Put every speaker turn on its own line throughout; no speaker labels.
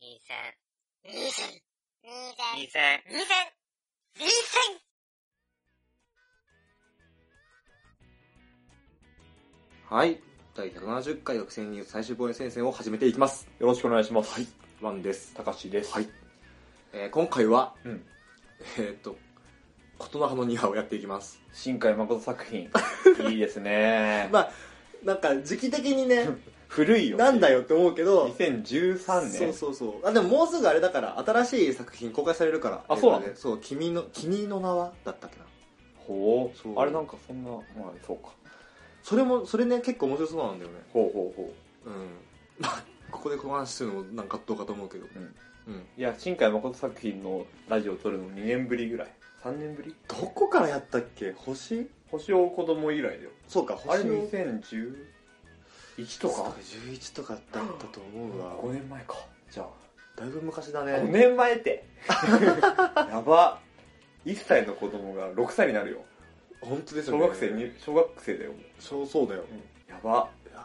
二千。
二千。二千。
二千。
二千。二千。
はい。第170回学生ニュース最終防衛戦線を始めていきます。
よろしくお願いします。
はい。ワンです。
たかしです。
はい。えー今回は、
うん。
えーっと、琴の葉の庭をやっていきます。
新海誠作品。いいですね。
まあ、なんか時期的にね、
古いよ。
なんだよって思うけど、
2013年。
そうそうそう。あ、でももうすぐあれだから、新しい作品公開されるから。
あそうなの
映画でそう、君の、君の名はだったっけな。
ほう
そう
あれなんかそんな、まあそうか。
それも、それね、結構面白そうなんだよね。
ほうほうほ
うん。まあ、ここでこの話するのもなんかどうかと思うけど。
うん。
うん。
う。いや、新海誠作品のラジオを撮るの2年ぶりぐらい。3年ぶり
どこからやったっけ星
星を子供以来だよ。
そうか、
あれ
星を
2011とか
11とかだったと思うわ
?5 年前か。じゃあ。
だいぶ昔だ
5
ね
年前 って。やば。1歳の子供が6歳になるよ。
本当ですよ
小
ね
学生に、小学生だよ。も
そうそうだよ
うやば。
いや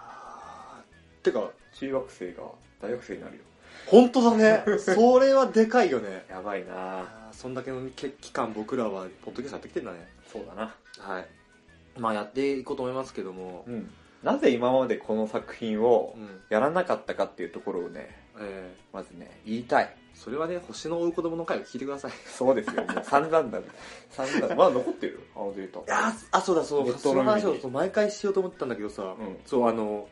ーてか
中学生が大学生になるよ
本当だ ねそれはでかいよね
やばいな
あーそんだけの期間僕らはポッドキャストやってきてんだね
そうだな
はいまあやっていこうと思いますけども
うんなぜ今までこの作品を
うん
やらなかったかっていうところをね
え
まずね言いたい
ーそれはね星の追う子供の回を聞いてくださいい
そうです よもう散々だ散々まだ残ってるよあのデータ
やーあそうだそう
ネ
だ
ット
そ
の
の
意味に
話をそう毎回しようと思ってたんだけどさ、
うん
そうあの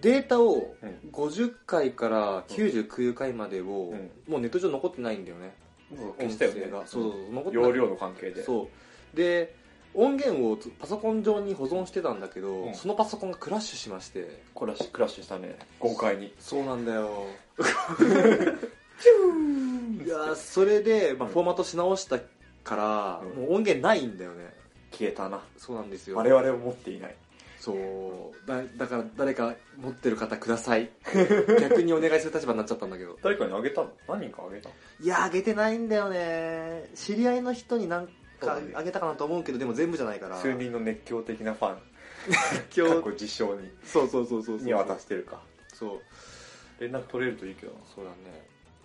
データを
うん
50回から99回までを、
うん
もうネット上残ってないんだよね
そう消したよね
音声がそうそうそう残ってない
容量の関係で
そうで音源をパソコン上に保存してたんだけど、
うん
そのパソコンがクラッシュしまして
クラッシュクラッシュしたね豪快に
そうなんだよいやーそれで、まあ、
うん
フォーマットし直したから、
うん
もう音源ないんだよね
消えたな
そうなんですよ
我々を持っていない
そうだだから誰か持ってる方くださ い逆にお願いする立場になっちゃったんだけど
誰かにあげたの何人かあげた
いやあげてないんだよね知り合いの人になん
そう
か
だね
あげたかなと思うけどでも全部じゃないから
数人の熱狂的なファン
今日
過去自称に
そうそうそうそうそう
に渡してるか
そう
連絡取れるといいけどな
そうだね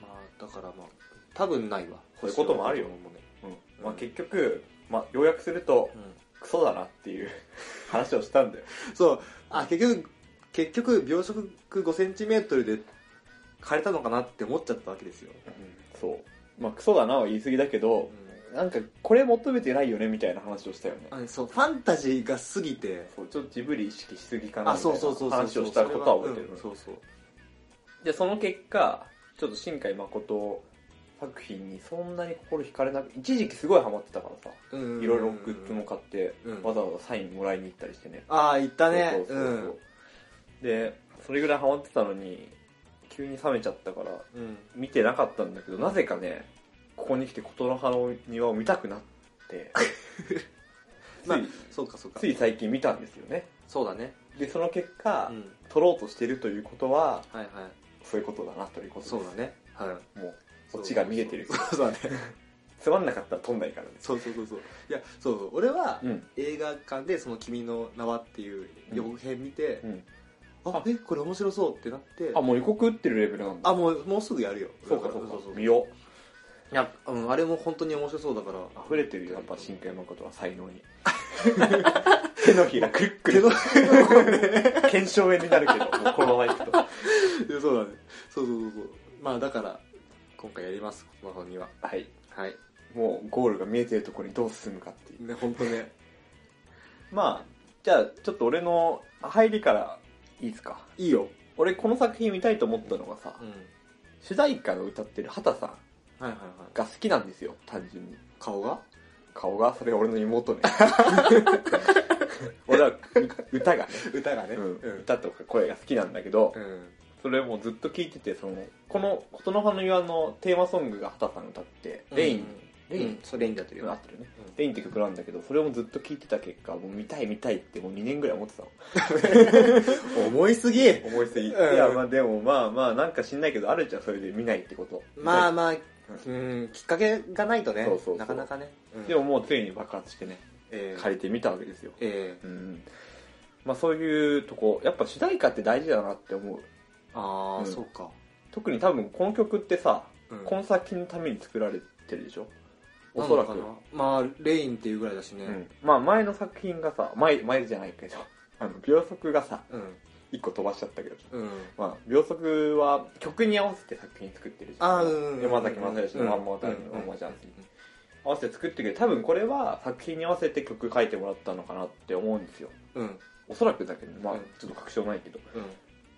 まあだからまあ多分ないわ
そういうこともあるよ
もね、
うんまあ、結局、まあ、要約するとクソだなっ ていう話をしたんだよ
そうあ結局結局秒速5センチメートルで枯れたのかなって思っちゃったわけですよ、
そう、まあ、クソだなは言い過ぎだけどなんかこれ求めてないよねみたいな話をしたよね
あそうファンタジーが過ぎて
そうちょっとジブリ意識しすぎかな
あ
みたい
そうそうそう
な
そう
話をしたことは覚えてる
うんそうそう
でその結果ちょっと新海誠作品にそんなに心惹かれなく一時期すごいハマってたからさ
うん
いろいろグッズも買って
うん
わざわざサインもらいに行ったりしてね
ああ言ったね
そうそうそうそうでそれぐらいハマってたのに急に冷めちゃったから
うんうん
見てなかったんだけどなぜかねここに来て琴の葉の庭を見たくなって つい,、
まあそうかそうか
つい最近見たんですよね
そうだね
でその結果、
うん
撮ろうとしてるということは
はいはい
そういうことだなということです
そうだねはい
もうオチが見えてる
そうそうだね
つまんなかったら撮んないからです
そうそうそうそういやそうそう俺は、
うん
映画館で「その君の名は」っていう予告編見て
う、ん
あえこれ面白そうってなって
あもう予告打ってるレベルなんだ
あもうもうすぐやるよ
そうかそう
だ
か
らそうそう
見よう
いや、うん、あれも本当に面白そうだから
溢れてるよやっぱ新海誠は才 能に手のひらクック
けど
腱鞘炎になるけどもうこのままいくと
いやそうだねそうそうそうそうまあだから今回やりますこの方には
はい
はい
もうゴールが見えてるところにどう進むかっていう
ね本当ね
まあ、じゃあ、ちょっと俺の入りからいいですか。
いいよ
俺、この作品見たいと思ったのがさ、
うん
主題歌の歌ってる畑さん
はいはいはい
が好きなんですよ、単純に。
顔が
顔が、それが俺の妹 ね。俺はう歌がね、
歌がね
う
うん
ん
うん、
歌とか声が好きなんだけど、
うん、
それもずっと聞いてて、その、この、琴の葉の岩のテーマソングが畑さん歌って、レイン、
うん、
レイン
そうレインだってる
合
よ
ってるね。
うん
レインって曲なんだけど、それもずっと聞いてた結果、もう見たい見たいってもう2年ぐらい思ってたの。
重いすぎ
思いすぎ。い
うん
や、まあでもまあまあ、なんか知んないけど、あるじゃん、それで見ないってこと。
まあ
あ。
まあ、うん、きっかけがないとね、
そうそうそう
なかなかね。うん
でも、もうついに爆発してね、
えー
借りてみたわけですよ。
えー
うん。まあそういうとこ、やっぱ主題歌って大事だなって思う。
ああ、
うん
そうか。
特に多分この曲ってさ、
うん
この先のために作られてるでしょお
な
そら
の
く
かなまあレインっていうぐらいだし
う
ね
ん、まあ前の作品がさ前前じゃないけど あの秒速がさ
うん
1個飛ばしちゃったけどさ、
うん、
まあ、秒速は曲に合わせて作品作ってるじゃん
あーうん
山崎まさよしの
う
「
ん
ワンモータイ
う
ム
ん
ワンマージャンス」合わせて作ってるけど多分これは作品に合わせて曲書いてもらったのかなって思うんですよ
うん
おそらくだけどまあ
うん
ちょっと確証ないけど
うん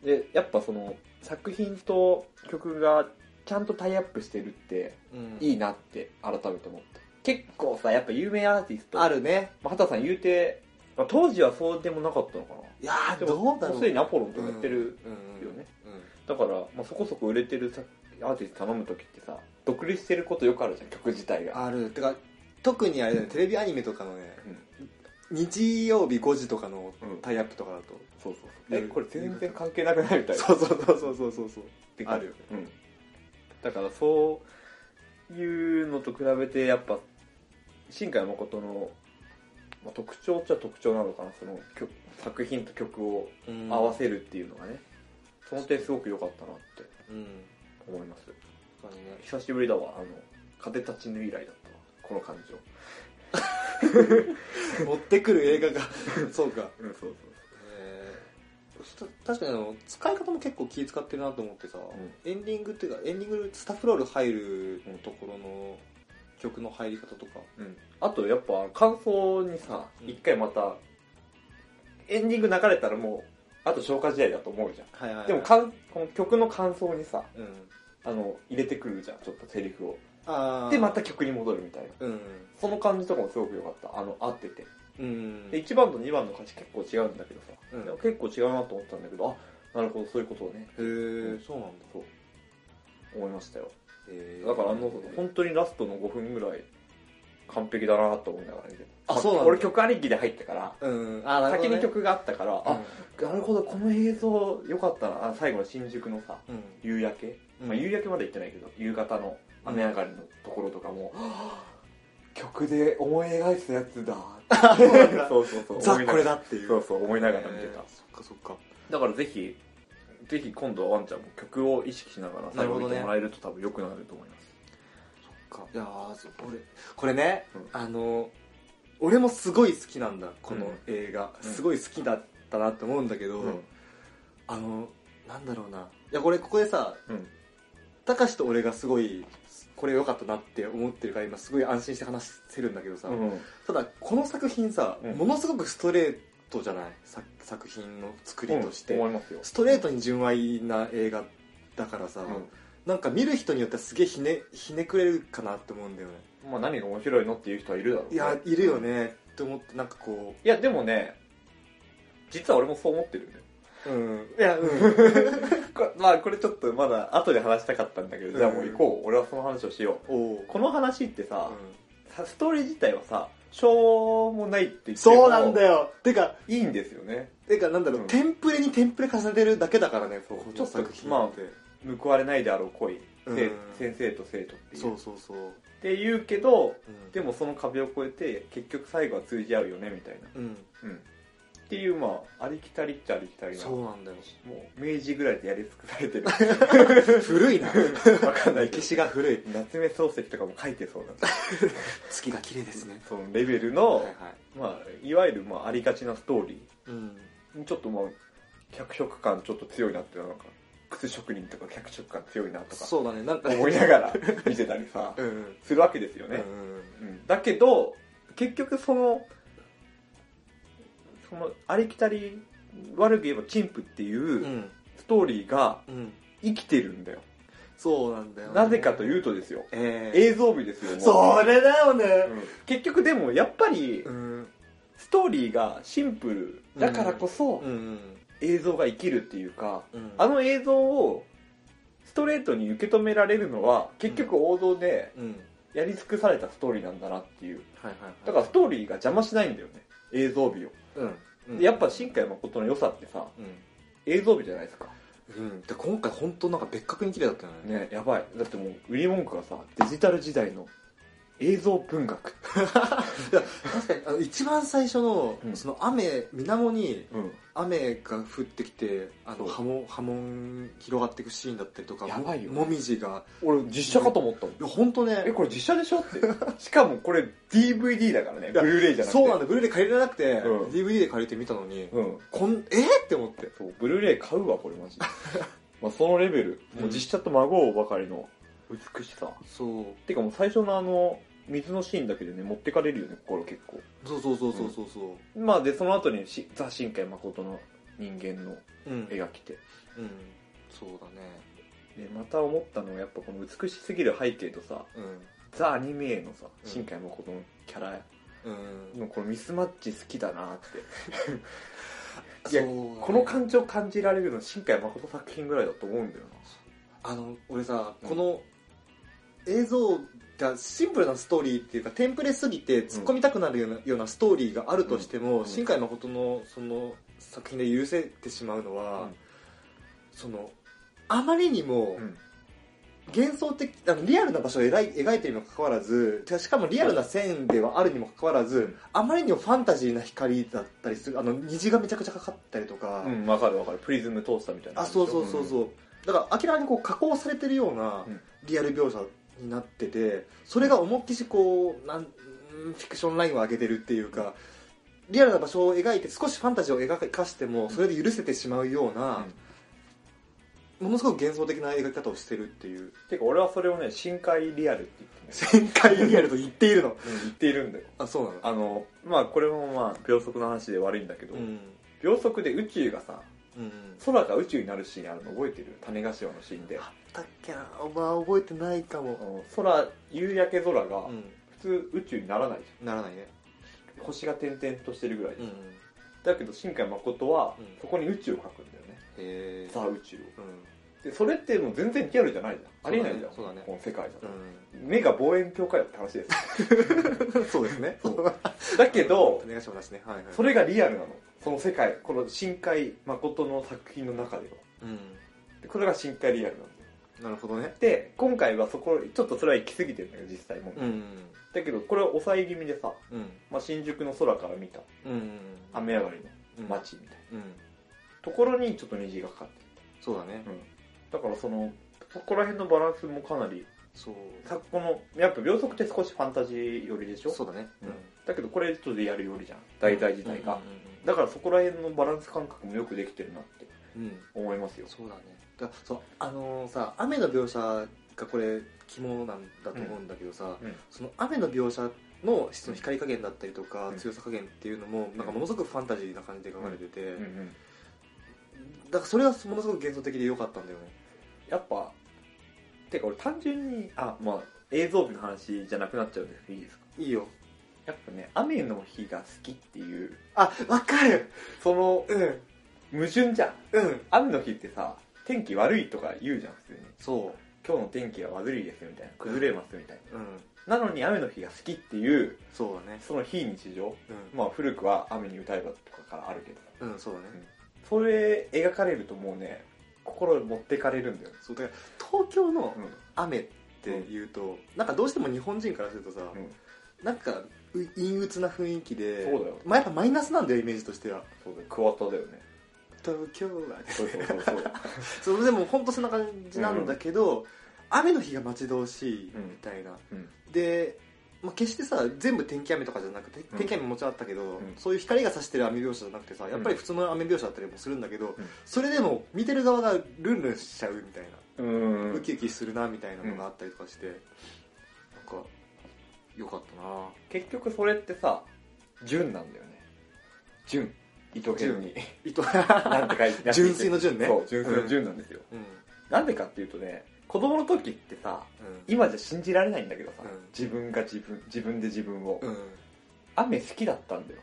でやっぱその作品と曲がちゃんとタイアップしてるって
うん
いいなって改めて思った結構さやっぱ有名アーティスト
あるね
まあ、畑さん言うて、まあ、当時はそうでもなかったのかない
やー
で
ど
も
うだろう
すでにアポロンとかやってる、
よ
よねだから、まあ、そこそこ売れてるさアーティスト頼む時ってさ独立してることよくあるじゃん曲自体が
あるてか特にあれだねテレビアニメとかのね
うん
日曜日5時とかの
うん
タイアップとかだと
そうそう
う
えこれ全然関係なくないみたいな
そうそうそうそうそうそうそう
って
あるよね
うん、だからそういうのと比べてやっぱ新海誠の、まあ、特徴っちゃ特徴なのかなその曲作品と曲を合わせるっていうのがね、その点すごく良かったなって
うん
思います
確かにね
久しぶりだわあの風立ちぬ以来だったわこの感情
持ってくる映画がそうか
うんそうそう
えーそした確かにあの使い方も結構気使ってるなと思ってさ、
う
エンディングっていうかエンディングスタッフロール入るところの曲の入り方とか
うんあとやっぱ感想にさ
うん
一回またエンディング流れたらもうあと消化試合だと思うじゃん
はいはい、はい、
でもかんこの曲の感想にさ
うん
あの入れてくるじゃんちょっとセリフを
ああ
でまた曲に戻るみたいな
うん
その感じとかもすごく良かったあの合ってて
うん
で1番と2番の歌詞結構違うんだけどさ、
うん
でも結構違うなと思ったんだけどあなるほどそういうことをね
へえそうなんだ
そう思いましたよ
えー
だからあの本当にラストの5分ぐらい完璧だなと思いながら見てた
あそうなんだ
俺曲ありきで入ったから
うんあーなるほ
先
ど、ね、
に曲があったから、
あ
あなるほどこの映像良かったなあ最後の新宿のさ
うん
夕焼け、
うん
まあ、夕焼けまで行ってないけど夕方の雨上がりのところとかも、はぁ曲で思い描いてたや つだそうそうそう
ザ
思いながら
これだっていう
そうそう思いながら見て
え
た、
ーそっかそっか
だからぜひぜひ今度はワンちゃんも曲を意識しながら最後見てもらえると多分良くなると思います、
かいやーそう俺これね、
うん
あの俺もすごい好きなんだこの映画、
うん
すごい好きだったなって思うんだけど、あのなんだろうないやこれここでさ
うん
たかしと俺がすごいこれ良かったなって思ってるから今すごい安心して話せるんだけどさ、
うん
ただこの作品さ、
うん
ものすごくストレートじゃない作作品の作りとして、
うん思いますよ
ストレートに純愛な映画だからさ、なんか見る人によってはすげえひねひねくれるかなって思うんだよね
うんまあ何が面白いのっていう人はいるだろうね
いやいるよねって思ってなんかこ
いやでもね実は俺もそう思ってるよね
ううんいやうん
これまあこれちょっとまだ後で話したかったんだけど、
うん
じゃあもう行こう俺はその話をしよ
おお
うこの話ってさ
う、
さストーリー自体はさしょうもないって言
ん
っても
そうなんだよてか
いいんですよね
てかなんだろう、
うん
テンプレにテンプレ重ねてるだけだからねこ
ちょ
の
っと
作品
まあ
って、
報われないであろう恋、せ
うん
先生と生徒っていう
そうそうそう、
っていうけど
うん、
でもその壁を越えて結局最後は通じ合うよねみたいな、
うん
っていうまあありきたりっちゃありきたりな
そうなんだよ
もう明治ぐらいでやり尽くされてる
古 いな
わかんない
歴
けど
史が古い
夏目漱石とかも書いてそうなんで
月が綺麗ですね
そのレベルの、
はい、
まあ、いわゆるまあありがちなストーリ
うん、
ーちょっとまあ脚色感ちょっと強いなっていうのなんか靴職人とか脚色感強いなとか
そうだねなんか
思いながら見てた りさ
うんうん
するわけですよ
う
ね、
ん
うんだけど結局そのそのありきたり悪く言えばチンプっていううんストーリーが
うん
生きてるんだよ、
そうなんだよ、
なぜかと
う
いうとですよ
ええ
映像美ですよもう
それだよね
うん結局でもやっぱり
うん
ストーリーがシンプルだからこそ
うん
映像が生きるっていうか
うん
あの映像をストレートに受け止められるのは結局王道で
うん
やり尽くされたストーリーなんだなっていう
はいはい、はい、
だからストーリーが邪魔しないんだよね映像美を
うんうん
でやっぱ新海誠の良さってさ
うん
映像美じゃないですか
うん、で今回本当なんか別格に綺麗だったよね
ねやばいだってもう売り文句がさデジタル時代の映像文学。
確かにあの一番最初の,、
うん
その雨水面に
うん。
雨が降ってきてあの
そう
波紋波紋広がっていくシーンだったりとか
やばいよね
もみじが
俺、実写かと思ったもん
い。や本当
え、
ね
これ実写でしょって。しかもこれ DVD だからね。
い
ブ
や
ルーレイじゃなくて。
そうなんだブルーレイ借りれなくて、
うん
DVD で借りて見たのに
うん。
こんえーって思って
そう、ブルーレイ買うわ、これマ ジで。まあ、そのレベル。もう実写と孫ばかりの美しさ。
そう
てかもう最初のあの、水のシーンだけでね、持ってかれるよね、心結構。
そうそうそうそうそうそう
まあ、で、その後にし、ザ・新海誠の人間の
うん、
絵が来て。
うん、そうだね
で、また思ったのは、やっぱこの美しすぎる背景とさ、
う
ザ・アニメへのさ、
うん
新海誠のキャラ
んうん
のこのミスマッチ好きだなって。 い
そ
や
うだね
この感情感じられるの新海誠作品ぐらいだと思うんだよ
あの俺さ、
うん
この映像がシンプルなストーリーっていうかテンプレすぎて突っ込みたくなるような,、ようなストーリーがあるとしても、
うん
新海誠のその作品で許せてしまうのは、
うん
そのあまりにも
な。ん。
幻想的あのリアルな場所を描い描いてるにもかかわらずてかしかもリアルな線ではあるにもかかわらず、
うん
あまりにもファンタジーな光だったりするあの虹がめちゃくちゃかかったりとか、
うん、わかるわかる。プリズム通したみたいな。
あそうそうそうそう、だから明らかにこう加工されてるような
うん
リアル描写になっててそれが思いっきしこうなんうんフィクションラインを上げてるっていうかリアルな場所を描いて少しファンタジーを描かしてもそれで許せてしまうような、ものすごく幻想的な描き方をしてるっていう
うん。てか俺はそれをね、深海リアルって言ってね
旋回リアルと言っているの
言っているんだよ。
あそうなの
あの、まあこれもまあ秒速の話で悪いんだけど、
うん
秒速で宇宙がさ、
うん
空が宇宙になるシーンあるの覚えてる種子島のシーンで。
あったっけなお前覚えてないか
あ
も
の空、夕焼け空が
うん
普通宇宙にならないじ
ならないね
ゃん。星が点々としてるぐらいで
うんへ
だけど新海誠は
うん
そこに宇宙を描くんだよね。
え
ザ宇宙を。
う
でそれってもう全然リアルじゃないじゃんありえないじゃん
そうだね
この世界だと
ん、
目が望遠鏡かよって話です
うん、 そうですね
そうだけど
お願いしますねはいはい
それがリアルなのその世界この深海誠の作品の中では
うん
でこれが深海リアルな
な
の
るほどね
で今回はそこちょっとそれは行き過ぎてるんだけど実際も、
うん
だけどこれは抑え気味でさ、
うん
まあ、新宿の空から見た
うん
雨上がりの
待
街みたいな
うん
ところにちょっと虹がかかって
そうだね
る、だからそのそこら辺のバランスもかなり
そう
さこのやっぱ秒速って少しファンタジー寄りでしょ
そうだね
うんだけどこれちょっとやるよりじゃん題材自体が、だからそこら辺のバランス感覚もよくできてるなって
うんうん
思いますよ
そうだねだそうあのーさ雨の描写がこれ肝なんだと思うんだけどさ
うん
その雨の描写のその光加減だったりとか
うん
強さ加減っていうのもなんかものすごくファンタジーな感じで描かれてて
うんうん
だからそれはものすごく幻想的で良かったんだよね
やっぱてか俺単純にあまあ映像美の話じゃなくなっちゃうんですけどいいですか
いいよ
やっぱね雨の日が好きっていう
あわかる
その
うん
矛盾じゃん
うん
雨の日ってさ天気悪いとか言うじゃん普通に
そ
今日の天気は悪いですみたいな崩れますみたいう
うん
ななのに雨の日が好きっていう
そうだね
その非日常
う
まあ古くは雨に歌えばとかからあるけど
ん、うん、そうだね、
それ描かれるともうね心持ってかれるんだよ、
そうだから東京の
うん
雨っていうと、なんかどうしても日本人からするとさ、
うん
なんかう陰鬱な雰囲気で
そうだよ
まあ、やっぱマイナスなんだよイメージとしては
そうだよクワタだよね
東京は
そうそうそうそう、
それでも本当そんな感じなんだけど、雨の日が待ち遠しいみたいな、
うん、
で、まあ、決してさ全部天気雨とかじゃなくて
ん
天気雨ももちろんあったけど、
ん
そういう光が差してる雨描写じゃなくてさやっぱり普通の雨描写だったりもするんだけど、それでも見てる側がルンルンしちゃうみたいな
うん
ウキウキするなみたいなのがあったりとかして、なんかよかったな
結局それってさ純なんだよね純糸犬に
伊藤
なんて書いて
純粋の純ね
そう純粋の純なんですよ、
うん
なんでかっていうとね子供の時ってさ
う
今じゃ信じられないんだけどさ、
うん
自分が自分自分で自分を、
んうん
雨好きだったんだよ、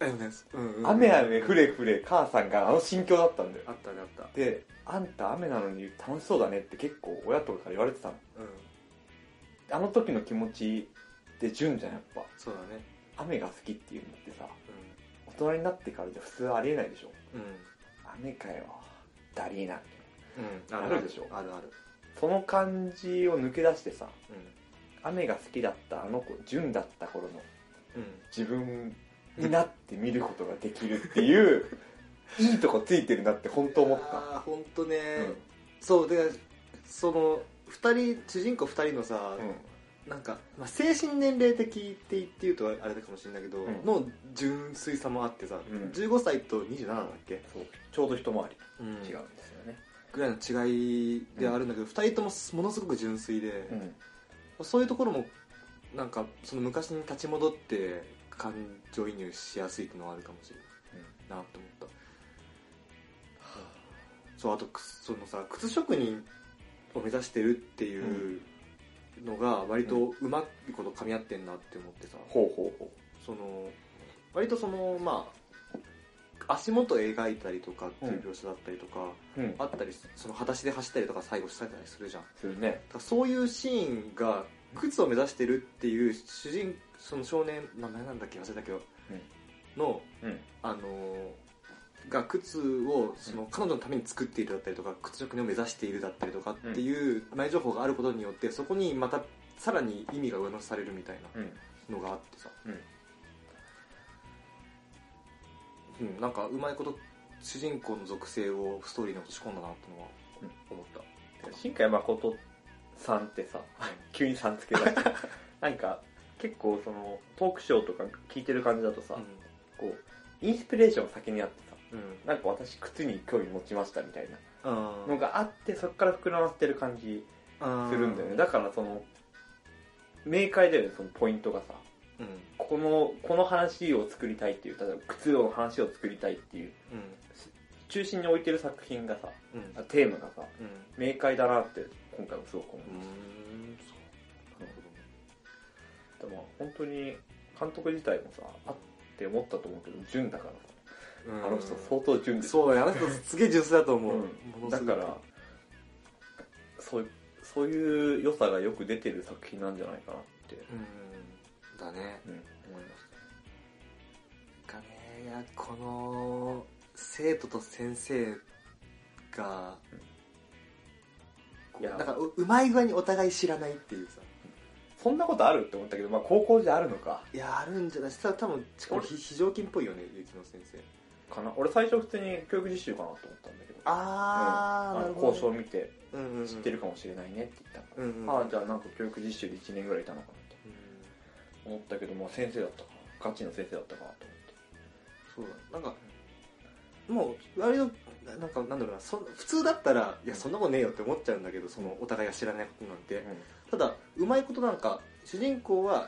だよねうんうん
雨雨ふれふれ母さんがあの心境だったんだよ
あったねあった
で、あんた雨なのに楽しそうだねって結構親とかから言われてたの。
うん
あの時の気持ちで純じゃん、やっぱ。
そうだね
雨が好きっていうのってさ、大人になってからじゃ普通ありえないでしょ。
うん
雨かよ。だりーな。
うんうん
あるでしょ
あるある
その感じを抜け出してさ、
うん
雨が好きだったあの子純だった頃の
うん
自分になって見ることができるっていう いいとこついてるなって本当思った、
ああ本当ね、
うん
そうでその二人主人公2人のさ、なんか、まあ、精神年齢的って言っていうとあれかもしれないけど、
うん
の純粋さもあってさ、
うん
15歳と27だっけ、
そうちょうど一回
うん
り違うんですよね、
ぐらいの違いであるんだけど、二2人ともものすごく純粋で、
うん
そういうところもなんかその昔に立ち戻って感情移入しやすいっていうのはあるかもしれないなと思ったそうあとくそのさ靴職人を目指してるっていううのが割とうまいこと噛み合ってんなって思ってさ、
ほうほうほ
その割とそのまあ足元描いたりとかっていう描写だったりとか、
ううん
あったりすその裸足で走ったりとか最後したりするじゃんだ
するね
からそういうシーンが靴を目指してるっていう主人その少年名前なんだっけ忘れたけど、の
うん
あのーが靴をその彼女のために作っているだったりとか靴職人を目指しているだったりとかっていう前情報があることによってそこにまたさらに意味が上乗せされるみたい
うん
なのがあってさ、
うん
うんなんかうまいこと主人公の属性をストーリーに落とし込んだなってのは思った、
新海誠さんってさ急にさんつ けたけどなんか結構そのトークショーとか聞いてる感じだとさ、こうインスピレーションが先にあってさ
うん
なんか私靴に興味持ちましたみたいな
あ
のがあってそこから膨らまってる感じ
ー
するんだよねだからその明快だよねそのポイントがさ
うん
このこの話を作りたいっていう例えば靴の話を作りたいっていう中心に置いてる作品がさ
うんうん
あテーマがさ
うん
明快だなって今回もすごく思う
うーんそうなるほどね
でも本当に監督自体もさあって思ったと思うけど純だからさあの人相当純です
そうだよあの人すげえ純粋だと思う、
うん
もの
だ
すごく
からそうそういう良さがよく出てる作品なんじゃないかなって、
うんだね
うん思いました
かねいやこの生徒と先生がこう
いや
なんかううまい具合にお互い知らないっていうさ
そんなことあるって思ったけど、まあ、高校じゃあるのか
いやあるんじゃないしたら多分しかも非非常勤っぽいよね雪乃先生
かな俺最初普通に教育実習かなと思ったんだけど
あー、
あ
な
の
るほど
交渉を見て
うんうんうん
知ってるかもしれないねって言ったの
うんうん
ああじゃあなんか教育実習で1年ぐらいいたのかなと
うん
思ったけど、まあ、先生だったからガチの先生だったかなと思って
そうだなんかもう割とななんかなんだろうなそ普通だったらいやそんなことねえよって思っちゃうんだけどそのお互いが知らないことなんてただうまいことなんか主人公は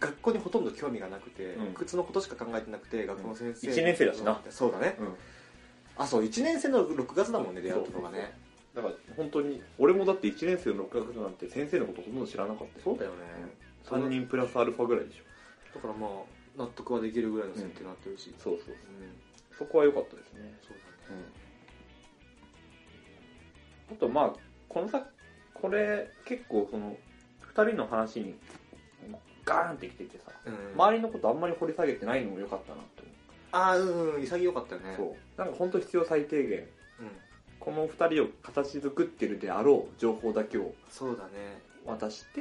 学校にほとんど興味がなくて、
うん
靴のことしか考えてなくて学校の先生、
一年生だしな
そうだね
うん、うん、
あそう1年生の6月だもんね出会うとこがね
だから本当に俺もだって1年生の6月なんて先生のことほとんど知らなかった
そうだよね、
よ3人プラスアルファぐらいでしょ
だからまあ納得はできるぐらいの設定になってるし、うん
そうそうそこは良かったですね
そうだね
あとまあこのさこれ結構その2人の話にガーンってきててさ
うん、
周りのことあんまり掘り下げてないのも良かったなって
ああうんうん潔かったよね
思う、そうなんか本当必要最低限
うん、
この2人を形作ってるであろう情報だけを
そうだね
渡して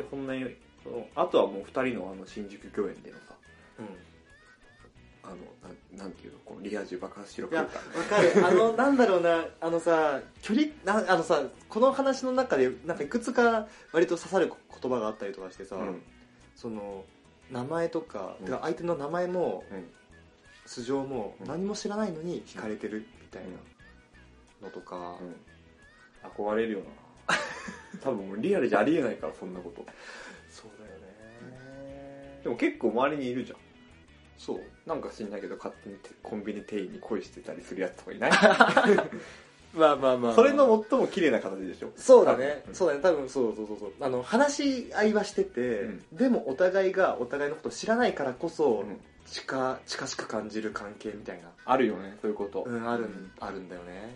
でそんなにそのあとはもう2人のあの新宿御苑でのさ
うん
あのなんなんていうのこのリア充爆発しろ
いや、わ
空間
か る。あの、なんだろうな、あのさ、距離、なあのさ、この話の中で、なんかいくつか割と刺さる言葉があったりとかしてさ、
うん
その、名前とか、
うん
てか相手の名前も、
うん
素性も、
うん
何も知らないのに惹かれてるみたいなのとか、
うん、憧れる よな多分俺リアルじゃありえないからそんなこと
そうだよね
でも結構周りにいるじゃん
そう。
なんか知んないけど勝手にてコンビニ店員に恋してたりするやつとかいない
まあまあま
それの最も綺麗な形でしょ
そうだね
多、分
そうだね、多分そうそうそうそう。あの、話し合いはしてて、
うん
でもお互いがお互いのことを知らないからこそ、
うん
近近しく感じる関係みたいな
あるよねそういうこと
うんあるん、あるんだよね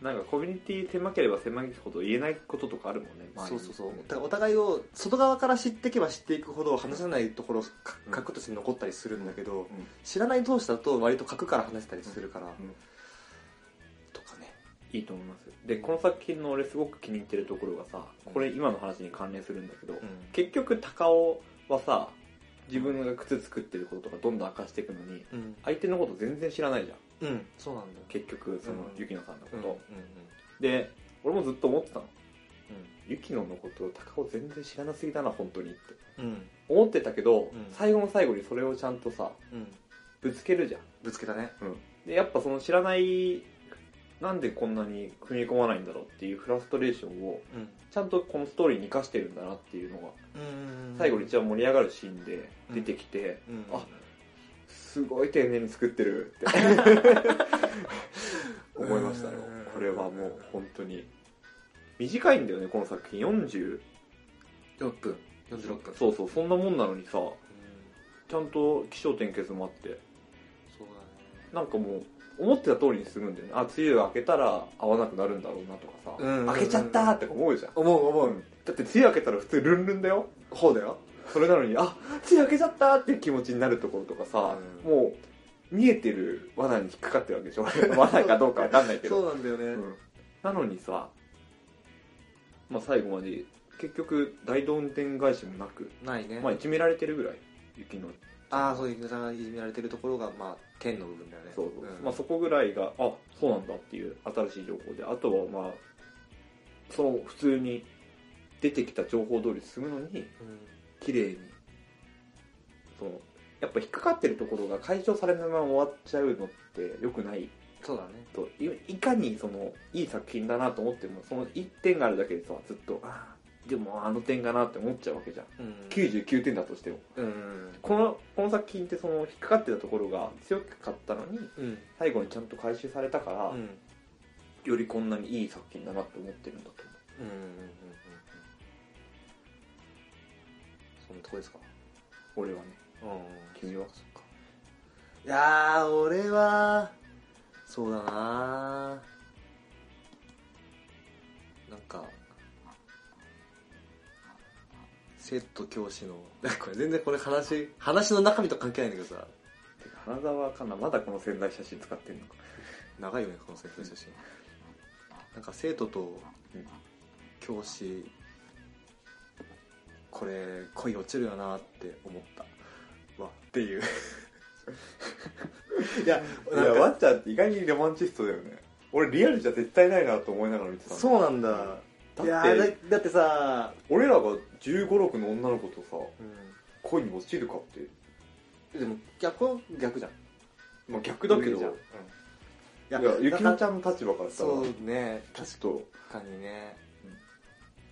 なんかコミュニティ狭ければ狭いほど言えないこととかあるもんね
そうそうそうだか
だから
お互いを外側から知っていけば知っていくほど話さないところか
うん
核として残ったりするんだけど、
ん
知らない同士だと割と核から話せたりするから、
ん
とかね
いいと思いますでこの作品の俺すごく気に入ってるところがさこれ今の話に関連するんだけど、結局高尾はさ自分が靴作ってることとかどんどん明かしていくのに
うん
相手のこと全然知らないじゃん
うんそうなんだよ
結局そ
う
の
ん
雪乃さんのこ
うん
と、
うん
で俺もずっと思ってたの雪乃のこと高尾全然知らなすぎだな本当にって
うんうん
思ってたけど、
うん
最後の最後にそれをちゃんとさ
うん
ぶつけるじゃん
ぶつけたね
でやっぱその知らないなんでこんなに踏み込まないんだろうっていうフラストレーションを
うん
ちゃんとこのストーリーに生かしてるんだなっていうのが最後に一番盛り上がるシーンで出てきて、
うん
あすごい丁寧に作ってるって 思いましたよ
うん
これはもう本当に短いんだよねこの作品40
6分46分
そうそうそんなもんなのにさ
うん
ちゃんと起承転結もあって
そうだね
なんかもう思ってた通りに進むんだよねあ梅雨が明けたら合わなくなるんだろうなとかさ、
うんうんうん
明けちゃったーって思うじゃん、
思う思う
だって梅雨明けたら普通ルンルンだよ
ほうだよ
それなのにあ梅雨明けちゃったーっていう気持ちになるところとかさ、
うん
もう見えてる罠に引っかかってるわけでしょ 罠かどうかわかんないけど
そうなんだよね
うんなのにさ、まあ、最後まで結局大どんでん返しもなく、
ないね
まあ、いじめられてるぐらい雪の
ああそういうさんがいじめられてるところがまあ天の部分だよね
そうそう、
ん
まあ、そこぐらいがあそうなんだっていう新しい情報であとはまあその普通に出てきた情報通り進むのに
うん
綺麗にそのやっぱ引っかかってるところが解消されないまま終わっちゃうのって良くない
そうだね
といいかにそのいい作品だなと思ってもその1点があるだけでさずっとあーでもあの点がなって思っちゃうわけじゃん
うん
99点だとしても
うん
このこの作品ってその引っかかってたところが強かったのに
うん
最後にちゃんと回収されたから、
うん
よりこんなにいい作品だなって思ってるんだと思う
うんうんうんうんそんなとこですか
俺はね
うん
君はい
やー俺はそうだななんか生徒教師のこれ全然これ話話の中身と関係ないんだけどさ
てか花澤香菜まだこの潜在写真使ってんのか
長いよねこの生徒の写真、なんか生徒と
うん
教師これ恋落ちるよなって思ったわっていういや
い
なん
や
か
ワッチャーって意外にロマンチストだよね俺リアルじゃ絶対ないなと思いながら見てたの
そうなんだいや
だって
ーだだってさ、
俺らが1 5 6の女の子とさ恋に落ちるかって、
でも逆は逆じゃんい
まあ、逆だけど
無理じゃん
いやゆきのち
ゃん
ゃんの立場からさ
そうね
ちょっと
確かにね、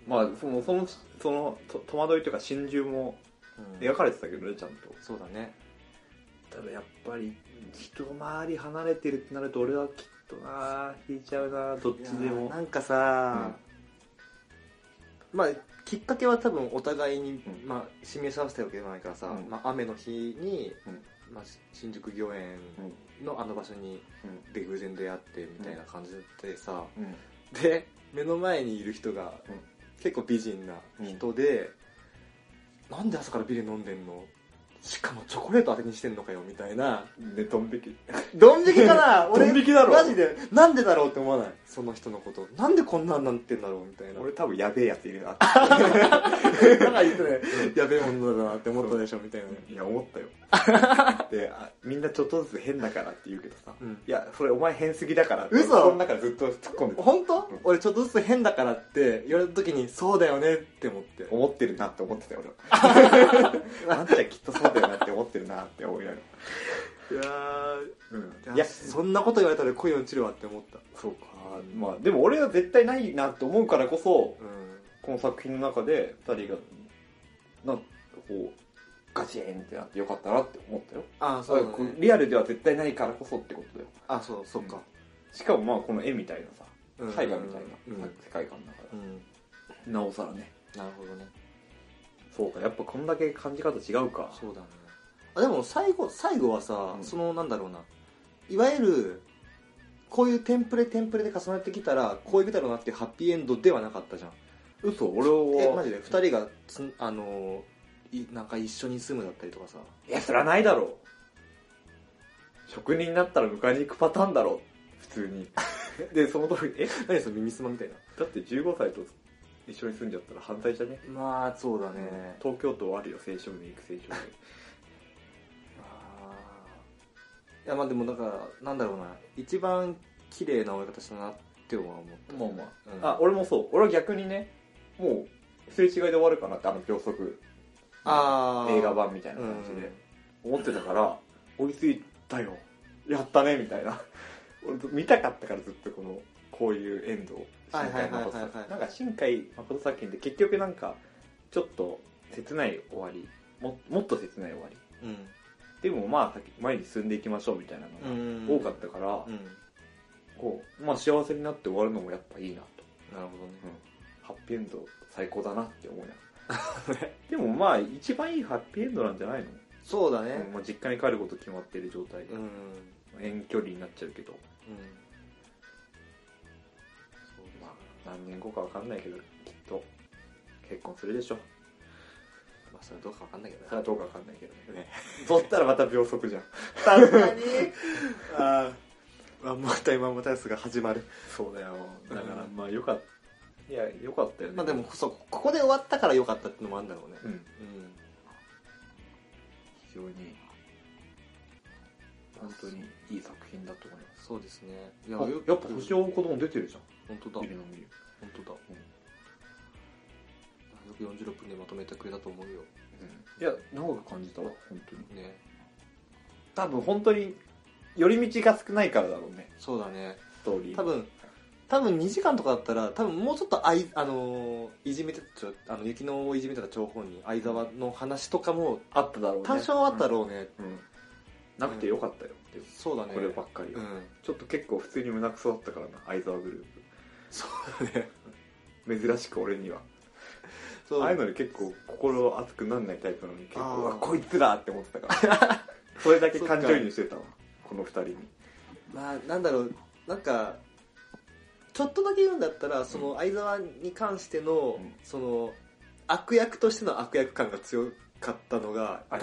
まあそのそのそのと戸惑いというか心中も
うん
描かれてたけどねちゃんと
そうだね
ただやっぱり一回り離れてるってなると俺はきっとな引いちゃうなどっちで
いやー
も
なんかさ、まあきっかけは多分お互いに、
うん
まあ、示し合わせたわけじゃないからさ、
うん
まあ、雨の日に、
うん
まあ、し新宿御苑のあの場所に
う
で偶然出会ってみたいな感じでさ、
んうん
で目の前にいる人が、
うん
結構美人な人で、なんで朝からビール飲んでんのしかもチョコレート当てにしてんのかよみたいな
でドン引き
ドン引きか な俺
ドン引きだろ
マジでなんでだろうって思わないその人のことなんでこんなんなってんだろうみたいな
俺多分やべえやついるな
なんか言 ってね、やべえ女だなって思ったでしょみたいなね
いや思っ たよであみんなちょっとずつ変だからって言うけどさ
うん
いやそれお前変すぎだから
嘘
この中ずっと突っ込んで
本当、
ん
俺ちょっとずつ変だからって言われた時にそうだよねって思って
思ってるなって思ってた よ俺はあんたきっとそうだよなって思ってるなって思いなが
いや
ら、
ー
いや
そんなこと言われたら恋落ちるわって思った
そうかまあでも俺は絶対ないなって思うからこそ
う
この作品の中で2人がなんかこうガチーンってなってよかったなって思ったよ
んあそうだ、
こ
ね、
リアルでは絶対ないからこそってことだよ
あそうそっか、
しかもまあこの絵みたいなさ
うん
絵画みたい
うん
な世界観だから、
うん
なおさらね
なるほどね
そうかやっぱこんだけ感じ方違うか
そうだねあでも最後最後はさ、
うん
そのなんだろうないわゆるこういうテンプレテンプレで重なってきたらこういくだろうなっていうハッピーエンドではなかったじゃん
嘘俺
え
を
マジで2人がつんあのーいなんか一緒に住むだったりとかさ
いやそりゃないだろう職人になったら迎えに行くパターンだろう普通に でその通りえ
何その耳すまみたいな
だって15歳と一緒に住んじゃったら犯罪じゃね
まあそうだね、
東京都はあるよ青少年育成少
あーいやまあでもだからなんだろうな一番綺麗な終わり方したなっては思った
年まあまあ
うん
あ俺もそう俺は逆にねもうすれ違いで終わるかなってあの秒速
あー
映画版みたいな感じで思ってたから追いついたよやったねみたいな 俺見たかったからずっとこのこういうエンドを
はいはいはいはいはい
誠作なんか新海誠作品って結局なんかちょっと切ない終わりももっと切ない終わり
うん
でもまあ先前に進んでいきましょうみたいな
う
の
ん
が多かったから、
うん
こうまあ幸せになって終わるのもやっぱいいなと
なるほどね
ハッピーエンド最高だなって思うな でもまあ一番いいハッピーエンドなんじゃないの、
そうだ
うん
ね
まあ、実家に帰ること決まってる状態で
うん、うん
遠距離になっちゃうけど
そうですね
まあ何年後かわかんないけどきっと結婚するでしょ
まあそれどうかわかんないけど
それはどうかわかんないけどね
ね
そったらまた秒速じゃん
確かに ああワンモアタイムワンモアタイムが始まる
そうだよだから
うん
まあよかったいやよかったよね
まあでもそうここで終わったから良かったってのもあるんだろうね
うん
うん
非常に本当にいい作品だと思います
そうですねい
や
や
やっぱ星を子供出てるじゃ
本当だ
ん見るの見る
本当だ、
うん
よく46分でまとめてくれたと思うよ
いや長く感じたわ本当に
ね
多分本当に寄り道が少ないからだろうね
そうだね
ストーリー
多分多分2時間とかだったら多分もうちょっとあい,、あのーいじめてちょあの雪のいじめとか張本人相沢の話とかも
あっただろうね
多少あったろうね、
うん、うんなくてよかったよっていう
そうだね
こればっかりは、
うん
ちょっと結構普通に胸くそだったからな相沢グル
そうだね
ープ珍しく俺には
そう
ああいうので結構心熱くなんないタイプなのに結
あー
構あこいつらって思ってたから それだけ
そっか
感情移入してたわこの二人に
まあなんだろうなんかちょっとだけ言うんだったらその相沢に関しての、
うん
その悪役としての悪役感が強かったのがあ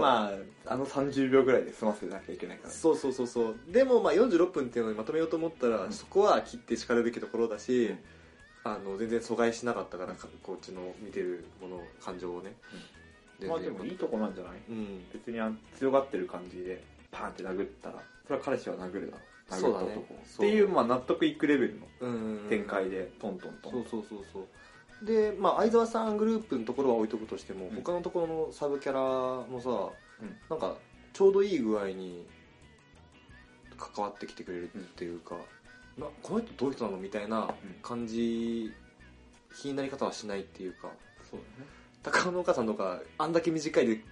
まああの30秒ぐらいで済ませなきゃいけないか
そうそうそうそうでもまあ46分っていうのにまとめようと思ったら、
うん
そこは切って叱るべきところだし、
うん
あの全然阻害しなかったからかこっちの見てるもの感情をね、
まあでもいいとこなんじゃない
うん
別にあの強がってる感じでパーンって殴ったらそれは彼氏は殴るだろ
そう
殴
だ
っ
ね
た男をっ
そう
ていうまあ納得いくレベルの
うん
展開でトントントン
そうそうそうそうでまあ相沢さんグループのところは置いとくとしても、
うん
他のところのサブキャラもさ、
うん
なんかちょうどいい具合に関わってきてくれるっていうか、なこの人どういう人なのみたいな感じ気になり方はしないっていうか
そうだね
高尾のお母さんとかあんだけ短 いで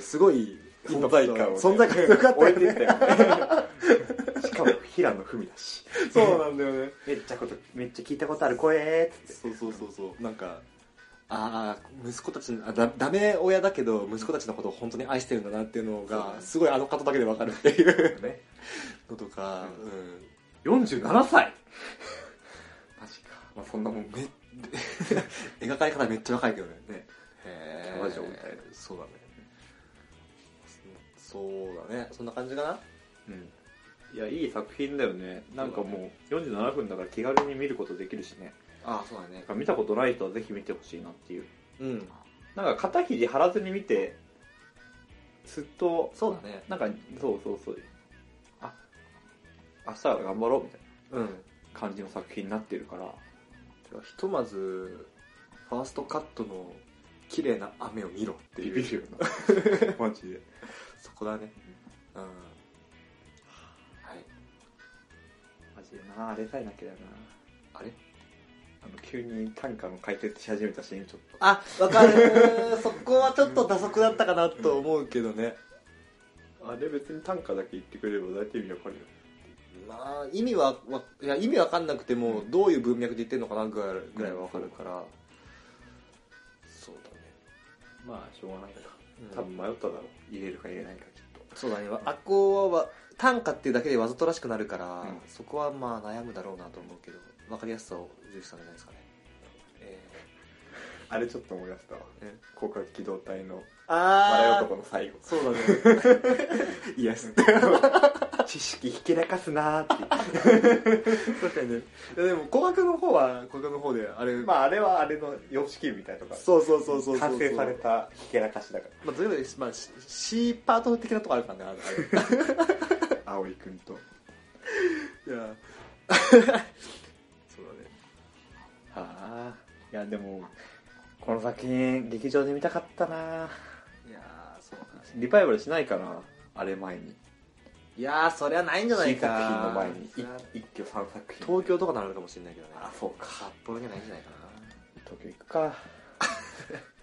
すごい
存在感を ね
存在感よかった
置
よ
いて
ね
った よねしかも平野文だし
そうなんだよね
めっちゃことめっちゃ聞いたことある声ーっつ
そ
って
うそうそうそうなんかああ息子たちのあだダメ親だけど息子たちのことを本当に愛してるんだなっていうの
そうだ
が
ね
すごいあの方だけでわかるっていう
ね
のとか、
う
う
47歳マジかまあそんなんもんか
め 描かれ方めっちゃ若いけどね
ね
へ
キャバ嬢みたいな
そうだねそそうだねそんな感じかな
うんいやいい作品だよねなんかもう47分だから気軽に見ることできるしね
ああそうだね
なんか見たことない人はぜひ見てほしいなっていう
うん
なんか肩肘張らずに見てすっと
そうだね
なんかそうそうそうあ明日から頑張ろうみたい
うん
な感じの作品になってるから
ひとまずファーストカットの綺麗な雨を見ろって
ビ
いう
ビるよ なマジで
そこだねうんはい
マジでなあれさえなければな
あれ
あの急に短歌の解説し始めたシーンちょっと
あ、わかる ー。そこはちょっと打足だったかなと思うけどね。
あれ別に短歌だけ言ってくれれば大体意味わかるよ
まあ、意味は、わいや、意味わかんなくても、どういう文脈で言ってんのかなぐらいぐらいはわかるから。そうだね。
まあしょうがないか
多
多
分
分迷っただろう入れるか入れないかきっと
そうだね。あっこは、短歌っていうだけでわざとらしくなるから、
うん
そこはまあ悩むだろうなと思うけど、わかりやすさを重視したんじゃないですかね。え
あれちょっと思い出したわ
え
広角機動隊の
あ
笑い男の最後
そうだね。イエス。
知識ひけらかすなーって
確かにねいやでも古学の方は古学の方であれ、
まああれはあれの様式みたいなとか
そうそうそうそうそう
完成されたひけらかしだか
まあ、ということで、まあ、C- C パート的なとこあるからねあれあ
ら葵くんと
れいやそうだね
ああいやでもこの作品劇場で見たかったない
やーそうなんです
リバイバルしないかなあれ前に
いやーそりゃないんじゃない
新
か
作品の前に
そりゃ
い一挙三作品
東京とかならあるかもしれないけどね
あそうか
札幌じゃないんじゃないか
東京行くか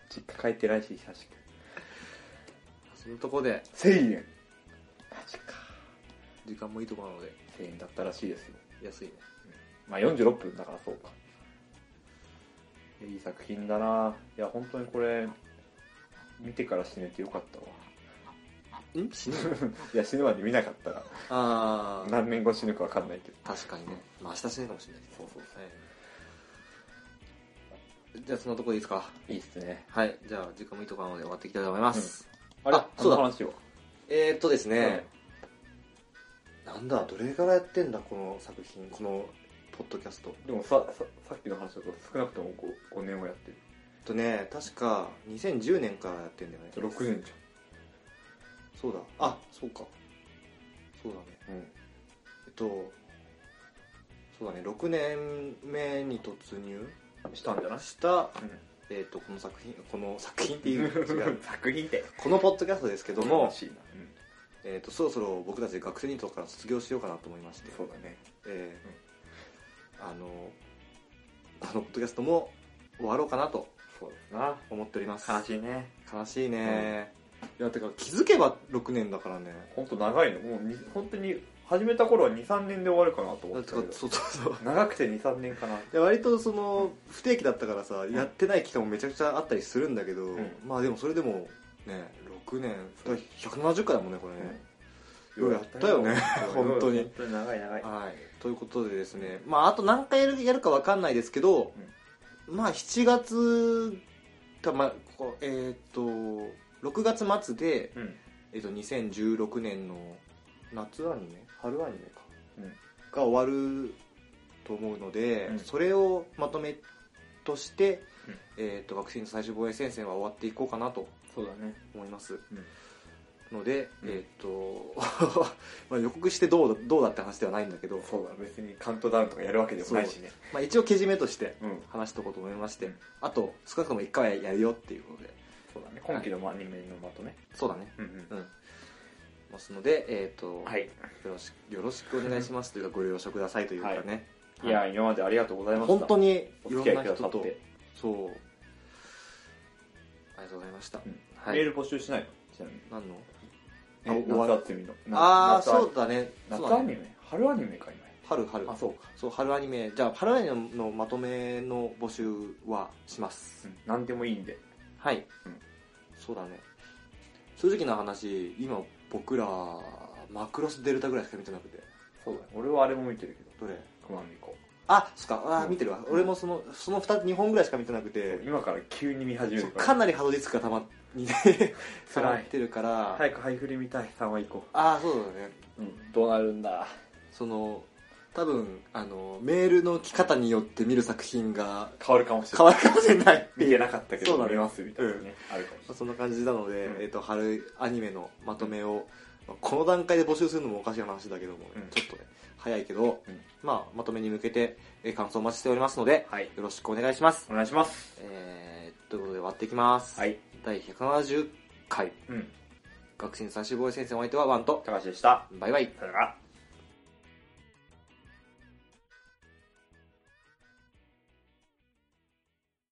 実家帰ってないし久しく
なそのとこで
1000円マジか
時間もいいとこなので
1000円だったらしいですよ
安いね
まあ46分だからそうかいやいい作品だないや本当にこれ見てから死ねてよかったわ
ん死ぬ
いや死ぬまで見なかったら
ああ
何年後死ぬか分かんないけど
確かにねまあ明日死ぬかもしれないけど
そうそうそ
はいじゃあそのとこでいいですか
ういいっすね
はいじゃあ時間もいいとこなので終わっていきたいと思います、
あれ
あそうだ
あの話を
えー、っとですね、なんだどれからやってんだこの作品このポッドキャスト
うんでもさささっきの話だと少なくとも 5, 年はやってる
えっとね確か2010年からやってんだよね
6年じ
そうだあそうかそうだね
ゃんうん
えっとそうだね6年目に突入
したんじゃない
した、
ん
えっとこの作品この作品っていう違 う
作品って
このポッドキャストですけど
も
も、
しいな、うん、
えっとそろそろ僕たち学生ニートから卒業しようかなと思いまして
そうだね
えーあのこのポッドキャストも終わろうかなと
そうですな
思っております
悲しいね
悲しいね、いやてか気づけば6年だからね
本当長いのもうに本当に始めた頃は23年で終わるかなと思
だ
っ
ってて
た
か
けど
そうそうそう
長くて23年かな
で割とその不定期だったからさ、やってない期間もめちゃくちゃあったりするんだけど、
ん
まあでもそれでもね6年だから170回だもんねこれね、ようやったよね本当に
本当に長い長い
はいということでですねまああと何回やるやるかわかんないですけど、まあ7月たまこうえっ、と6月末で、
うん
えっと2016年の夏アニメ春アニメか、
うん
が終わると思うので、
うん
それをまとめとして、
うん
えっと学生の最終防衛戦線は終わっていこうかなと
そうだね
思います、
うん
ので、
うん
えっと まあ予告してどうだどうだって話ではないんだけど、
そうだ別にカウントダウンとかやるわけでもないしね
まあ、一応けじめとして
うん
話しとこうと思いまして、
うん
あと少なくとも1回はやるよっていうことで
そうだね今期のアニメのまとめ
そうだね
うんうん
うんますので、えっと
はい
よろしよろしくお願いしますというかご了承くださいというかね、
いや今までありがとうございました
本当にい
お
ろ
付
ん
き
ない
合くだ
人
さっ
と
て
そうありがとうございました、
うん
はい
メール募集しないのちなみに
何の
え
あ終わ
夏集みの
ああ
夏ア
そうだねそう
夏
だ
ア
ね
ニメ春アニメか
春春
今あそうか
そう春アニメじゃあ春アニメのまとめの募集はします、
うん何でもいいんで
はい、
うん
そうだね正直な話今僕らマクロスデルタぐらいしか見てなくて
そうだね俺はあれも見てるけ
ど
ど
れ
熊美子
あそっかあー
うん
見てるわ、俺もそのその 2, 二本ぐらいしか見てなくて
今から急に見始め
そ
る
う
から
かなりハードディスクがたまにね溜まってるから、
早くハイフレ見たい3話以降
ああそうだね
うんどうなるんだ
その多分あのメールの来方によって見る作品が
変わるかもしれ
変
ない
わるかもしれないって
見
い
て
う、ま
なかったけ
そう
ど
だね
見ますみたいなねあるかもし
あ、
れ
そんな感じなので、
うん
えっと春アニメのまとめを、まあこの段階で募集するのもおかしな話だけども、
うん
ちょっとね早いけど、
うん
まあ、まとめに向けて、えー感想お待ちしておりますので
ないはい
よろしくお願いします、
お願いします
えー、ということで終わっていきます、
はい
第170回
うん
学生最終防衛戦線お相手はワンと
高橋でした
バイバイ
さよなら